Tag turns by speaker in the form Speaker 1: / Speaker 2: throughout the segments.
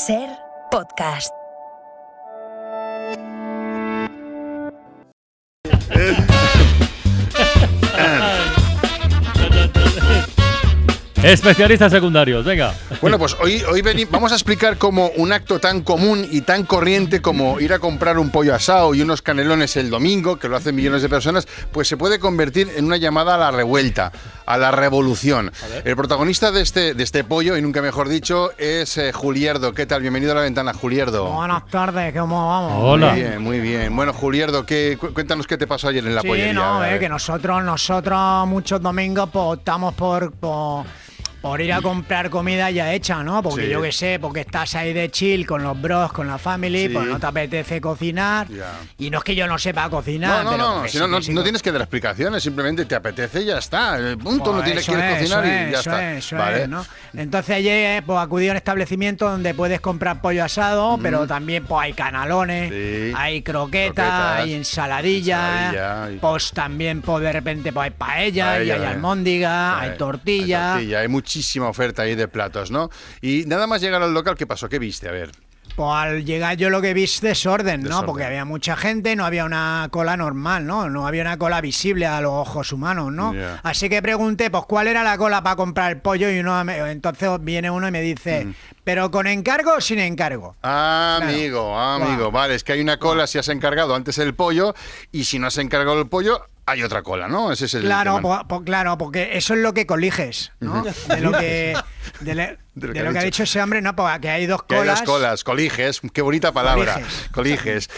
Speaker 1: Ser podcast.
Speaker 2: Especialistas secundarios, venga.
Speaker 3: Bueno, pues hoy, hoy veni- vamos a explicar cómo un acto tan común y tan corriente como ir a comprar un pollo asado y unos canelones el domingo, que lo hacen millones de personas, pues se puede convertir en una llamada a la revuelta, a la revolución. El protagonista de este, de este pollo, y nunca mejor dicho, es eh, Julierdo. ¿Qué tal? Bienvenido a la ventana, Julierdo.
Speaker 4: Buenas tardes, ¿cómo vamos?
Speaker 2: Hola.
Speaker 3: Muy bien, muy bien. Bueno, Julierdo, ¿qué, cu- cuéntanos qué te pasó ayer en la
Speaker 4: Sí,
Speaker 3: pollería.
Speaker 4: no,
Speaker 3: A
Speaker 4: eh,
Speaker 3: ver.
Speaker 4: que nosotros, nosotros muchos domingos pues, optamos por, por, por ir a comprar comida ya hecha, ¿no? Porque
Speaker 3: Sí.
Speaker 4: yo qué sé, porque estás ahí de chill con los bros, con la family,
Speaker 3: Sí.
Speaker 4: pues no te apetece cocinar.
Speaker 3: Ya.
Speaker 4: Y no es que yo no sepa
Speaker 3: No,
Speaker 4: cocinar,
Speaker 3: no,
Speaker 4: pero
Speaker 3: no,
Speaker 4: que
Speaker 3: si
Speaker 4: sí,
Speaker 3: no, no,
Speaker 4: que sí,
Speaker 3: no
Speaker 4: que-
Speaker 3: tienes que dar explicaciones, simplemente te apetece y ya está. El punto, no
Speaker 4: Pues
Speaker 3: tienes
Speaker 4: eso
Speaker 3: que
Speaker 4: es,
Speaker 3: cocinar
Speaker 4: eso
Speaker 3: y ya
Speaker 4: es,
Speaker 3: está.
Speaker 4: eso es,
Speaker 3: vale.
Speaker 4: ¿no? Entonces ayer pues, acudí a un establecimiento donde puedes comprar pollo asado, pero también pues, hay canalones,
Speaker 3: Sí.
Speaker 4: hay croquetas,
Speaker 3: Croquetas,
Speaker 4: hay ensaladillas,
Speaker 3: ensaladilla, y-
Speaker 4: pues también pues, de repente pues, hay paella, y
Speaker 3: Paella,
Speaker 4: hay
Speaker 3: eh.
Speaker 4: almóndiga,
Speaker 3: Vale,
Speaker 4: hay tortilla.
Speaker 3: Hay tortilla, hay muchísima oferta ahí de platos, ¿no? Y nada más llegar al local, ¿qué pasó? ¿Qué viste? A ver.
Speaker 4: Pues al llegar yo lo que vi es desorden, ¿no?
Speaker 3: Desorden.
Speaker 4: Porque había mucha gente, no había una cola normal, ¿no? No había una cola visible a los ojos humanos, ¿no?
Speaker 3: Ya.
Speaker 4: Así que pregunté, pues, ¿cuál era la cola para comprar el pollo? Y uno, me- entonces viene uno y me dice,
Speaker 3: Mm.
Speaker 4: ¿pero con encargo o sin encargo?
Speaker 3: Ah,
Speaker 4: Claro.
Speaker 3: Amigo, ah, amigo,
Speaker 4: Guau.
Speaker 3: vale, es que hay una cola si has encargado antes el pollo y si no has encargado el pollo, hay otra cola, ¿no? Ese es el.
Speaker 4: Claro,
Speaker 3: tema.
Speaker 4: po- po- claro, porque eso es lo que coliges, ¿no? De lo que, de le-
Speaker 3: De lo
Speaker 4: de
Speaker 3: que
Speaker 4: lo
Speaker 3: ha
Speaker 4: que ha
Speaker 3: dicho.
Speaker 4: dicho ese hombre, no, porque hay dos
Speaker 3: Que hay
Speaker 4: colas.
Speaker 3: dos colas, coliges, qué bonita palabra. Coliges.
Speaker 4: Coliges.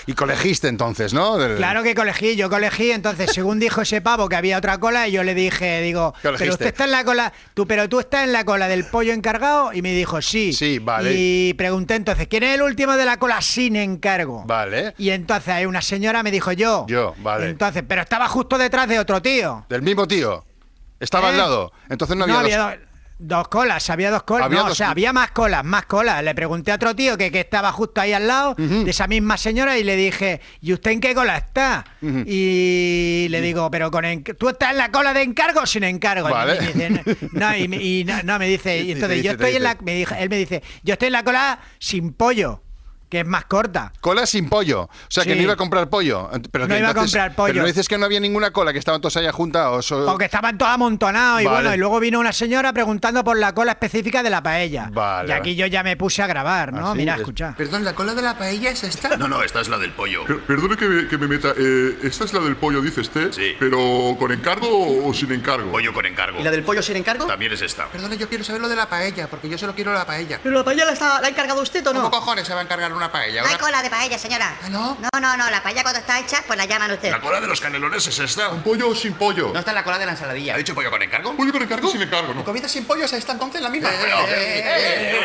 Speaker 3: Y colegiste entonces, ¿no? Del-
Speaker 4: Claro que colegí, yo colegí, entonces según dijo ese pavo que había otra cola, y yo le dije, digo,
Speaker 3: ¿Qué elegiste?
Speaker 4: pero usted está en la cola, tú, pero tú estás en la cola del pollo encargado, y me dijo, sí.
Speaker 3: Sí, vale.
Speaker 4: Y pregunté entonces, ¿quién es el último de la cola sin encargo?
Speaker 3: Vale.
Speaker 4: Y entonces ahí una señora me dijo, yo.
Speaker 3: Yo, vale.
Speaker 4: Entonces, pero estaba justo detrás de otro tío.
Speaker 3: Del mismo tío. Estaba
Speaker 4: ¿Eh?
Speaker 3: al lado. Entonces no había, dos-
Speaker 4: dos... dos colas, había dos colas.
Speaker 3: Había
Speaker 4: no,
Speaker 3: dos-
Speaker 4: O sea, había más colas, más colas. Le pregunté a otro tío que, que estaba justo ahí al lado de esa misma señora y le dije, ¿y usted en qué cola está? Y le digo, pero con en- ¿tú estás en la cola de encargo o sin encargo? Y me
Speaker 3: Vale.
Speaker 4: dice, no, y, me- y no, no, me dice,
Speaker 3: Y
Speaker 4: y
Speaker 3: te
Speaker 4: entonces
Speaker 3: dice,
Speaker 4: yo
Speaker 3: te
Speaker 4: estoy en la...
Speaker 3: dice.
Speaker 4: me dijo- él me dice, yo estoy en la cola sin pollo, que es más corta.
Speaker 3: Cola sin pollo. O sea, que
Speaker 4: Sí.
Speaker 3: no iba a comprar pollo. Ent- Pero
Speaker 4: No
Speaker 3: que
Speaker 4: iba a
Speaker 3: entonces-
Speaker 4: comprar pollo.
Speaker 3: Pero no dices que no había ninguna cola, que estaban todos allá juntados. o-
Speaker 4: Porque estaban todos amontonados y
Speaker 3: Vale.
Speaker 4: bueno, y luego vino una señora preguntando por la cola específica de la paella.
Speaker 3: Vale.
Speaker 4: Y aquí yo ya me puse a grabar, ¿no?
Speaker 3: Ah, sí,
Speaker 4: Mira,
Speaker 3: es-
Speaker 4: escucha.
Speaker 5: Perdón, ¿la cola de la paella es esta?
Speaker 6: No, no, esta es la del pollo.
Speaker 7: Per- Perdone que me, que me meta. eh, esta es la del pollo, dice usted.
Speaker 6: Sí.
Speaker 7: Pero con encargo o, o sin encargo.
Speaker 6: Pollo con encargo.
Speaker 5: ¿Y la del pollo sin encargo?
Speaker 6: También es esta.
Speaker 5: Perdone, yo quiero saber lo de la paella, porque yo solo quiero la paella.
Speaker 8: ¿Pero la paella la, está- la ha encargado usted o no?
Speaker 5: ¿Cómo cojones se va a encargar una paella?
Speaker 9: No hay
Speaker 5: Una-
Speaker 9: cola de paella, señora.
Speaker 5: ¿Ah, no?
Speaker 9: No, no, no, La paella cuando está hecha, pues la llaman ustedes.
Speaker 6: ¿La cola de los canelones es esta?
Speaker 7: ¿Pollo o sin pollo?
Speaker 5: No está en la cola de la ensaladilla.
Speaker 6: ¿Ha dicho pollo con encargo? Eh,
Speaker 7: ¿Pollo con encargo o sin encargo? No.
Speaker 5: ¿Comida sin pollo se está entonces la misma?
Speaker 6: pero-
Speaker 5: Eh, eh, eh, eh,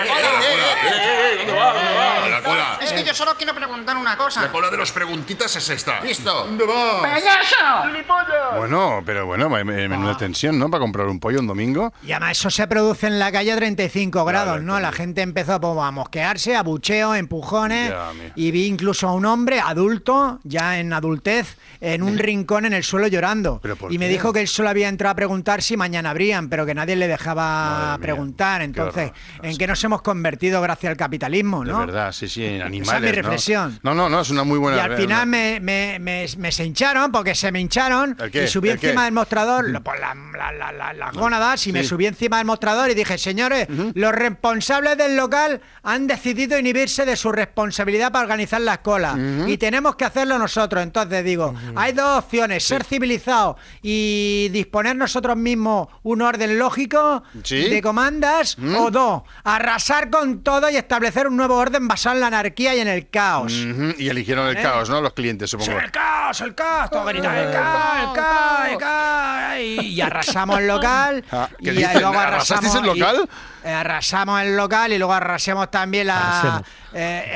Speaker 5: eh,
Speaker 6: eh, Ah, La cola.
Speaker 5: Es que yo solo quiero preguntar una cosa.
Speaker 6: La cola de los preguntitas es esta.
Speaker 5: Listo.
Speaker 7: ¿Dónde va?
Speaker 3: Bueno, pero bueno, me- me-
Speaker 4: Ah.
Speaker 3: menuda tensión, ¿no? Para comprar un pollo un domingo.
Speaker 4: Y además eso se produce en la calle a 35 grados, ¿no? La gente empezó pues, a mosquearse, a bucheo, empujones.
Speaker 3: Ya, mira.
Speaker 4: y vi incluso a un hombre adulto, ya en adultez, en un rincón en el suelo llorando.
Speaker 3: ¿Pero por
Speaker 4: Y me
Speaker 3: qué?
Speaker 4: dijo que él solo había entrado a preguntar si mañana abrían, pero que nadie le
Speaker 3: Madre
Speaker 4: dejaba
Speaker 3: mía,
Speaker 4: preguntar.
Speaker 3: qué
Speaker 4: Entonces,
Speaker 3: horror.
Speaker 4: ¿en qué nos hemos convertido gracias al capitalismo,
Speaker 3: De
Speaker 4: no?
Speaker 3: verdad, sí, sí, en animales.
Speaker 4: mi
Speaker 3: ¿no?
Speaker 4: reflexión.
Speaker 3: ¿no? no, no, es una muy buena.
Speaker 4: Y al final me, me- me- me se hincharon, porque se me hincharon.
Speaker 3: ¿El qué?
Speaker 4: Y subí
Speaker 3: ¿El
Speaker 4: encima
Speaker 3: qué?
Speaker 4: del mostrador, lo- por la- la- la- la- las gónadas, y me
Speaker 3: Sí.
Speaker 4: subí encima del mostrador y dije, señores, los responsables del local han decidido inhibirse de su responsabilidad para organizar las colas. Y tenemos que hacerlo nosotros. Entonces digo, hay dos opciones, ser civilizados y disponer nosotros mismos un orden lógico
Speaker 3: Sí.
Speaker 4: de comandas, o dos, arrasar con todo y establecer un nuevo orden basado en la anarquía y en el caos.
Speaker 3: Ujú, Y eligieron el caos, ¿no? Los clientes,
Speaker 4: Sí,
Speaker 3: supongo.
Speaker 4: ¿Eh? el caos, el caos, todo gritan el caos, el caos, el caos. Y, y arrasamos el local.
Speaker 3: Ah, ¿qué
Speaker 4: y
Speaker 3: dicen? ¿Arrasasteis el
Speaker 4: y-
Speaker 3: local?
Speaker 4: eh, arrasamos el local y luego arrasamos también la,
Speaker 2: Arrasemos.
Speaker 4: eh, eh,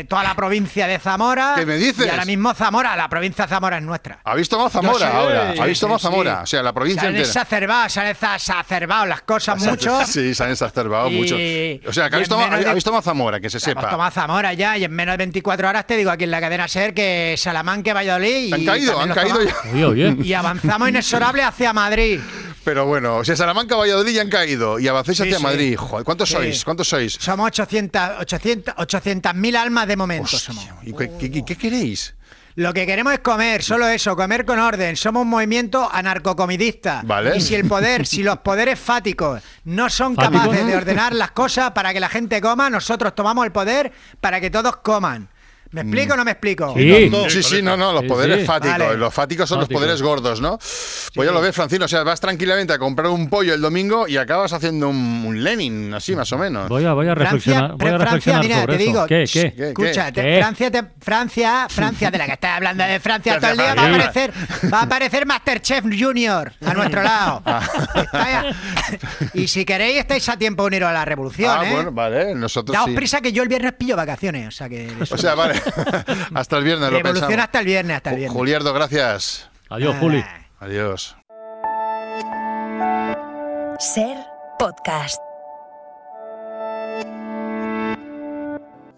Speaker 4: eh, toda la provincia de Zamora.
Speaker 3: ¿Qué me dices?
Speaker 4: Y ahora mismo Zamora, la provincia de Zamora es nuestra.
Speaker 3: ¿Habéis tomado Zamora
Speaker 4: Yo sé.
Speaker 3: ahora?
Speaker 4: Sí,
Speaker 3: ¿Habéis
Speaker 4: sí,
Speaker 3: tomado
Speaker 4: sí.
Speaker 3: Zamora? O sea, la provincia
Speaker 4: Se han
Speaker 3: entera.
Speaker 4: exacerbado, se han exacerbado las cosas mucho.
Speaker 3: Sí, se han exacerbado
Speaker 4: Y-
Speaker 3: mucho. O sea, que
Speaker 4: y
Speaker 3: habéis
Speaker 4: en
Speaker 3: tomado,
Speaker 4: menos de-
Speaker 3: habéis tomado Zamora, que se
Speaker 4: Hemos
Speaker 3: sepa.
Speaker 4: tomado Zamora ya y en menos de 24 horas te digo aquí en la cadena SER que Salamanca, Valladolid y
Speaker 3: Han caído,
Speaker 4: también
Speaker 3: han
Speaker 4: los
Speaker 3: caído
Speaker 4: tomamos.
Speaker 3: ya.
Speaker 2: Oye, oye.
Speaker 4: y avanzamos inexorable hacia Madrid.
Speaker 3: Pero bueno, si a Salamanca, Valladolid ya han caído y avancéis
Speaker 4: Sí,
Speaker 3: hacia
Speaker 4: sí.
Speaker 3: Madrid. Joder, ¿cuántos
Speaker 4: Sí.
Speaker 3: sois? ¿Cuántos sois?
Speaker 4: Somos 800 800 800.000 almas de momento. somos.
Speaker 3: Hostia, ¿Y qué, qué- qué- qué queréis?
Speaker 4: Lo que queremos es comer, solo eso, comer con orden. Somos un movimiento anarcocomidista.
Speaker 3: Vale.
Speaker 4: Y si el poder, si los poderes fáticos no son
Speaker 2: ¿Fáticos?
Speaker 4: capaces de ordenar las cosas para que la gente coma, nosotros tomamos el poder para que todos coman. ¿Me explico o no me explico?
Speaker 2: Sí.
Speaker 3: Sí, sí, no, no, los
Speaker 2: Sí,
Speaker 3: poderes
Speaker 2: sí.
Speaker 3: fáticos.
Speaker 4: Vale.
Speaker 3: Los fáticos son los
Speaker 2: Fáticos.
Speaker 3: poderes gordos, ¿no? Pues ya lo ves, Francino. O sea, vas tranquilamente a comprar un pollo el domingo y acabas haciendo un, un Lenin, así más o menos.
Speaker 2: Voy a, voy a reflexionar, voy a
Speaker 4: Fran- Francia,
Speaker 2: reflexionar
Speaker 4: mira,
Speaker 2: sobre
Speaker 4: te
Speaker 2: esto.
Speaker 4: digo,
Speaker 2: ¿Qué,
Speaker 4: shh,
Speaker 2: qué?
Speaker 3: ¿Qué,
Speaker 4: escucha, te-
Speaker 2: ¿Qué?
Speaker 4: Francia, te- Francia, Francia, de la que estás hablando de Francia todo el día, va a
Speaker 2: Francia.
Speaker 4: aparecer, va a aparecer Masterchef Junior a nuestro lado. Está- y si queréis, estáis a tiempo de uniros a la revolución,
Speaker 3: ah,
Speaker 4: ¿eh?
Speaker 3: bueno, vale, nosotros
Speaker 4: Daos
Speaker 3: sí.
Speaker 4: prisa que yo el viernes pillo vacaciones, o sea que...
Speaker 3: O sea, vale, hasta el viernes lo
Speaker 4: Revolución
Speaker 3: pensamos.
Speaker 4: hasta el viernes, hasta el viernes.
Speaker 3: Ju- Juliardo, gracias.
Speaker 2: Adiós, Juli.
Speaker 3: Adiós.
Speaker 1: Ser podcast.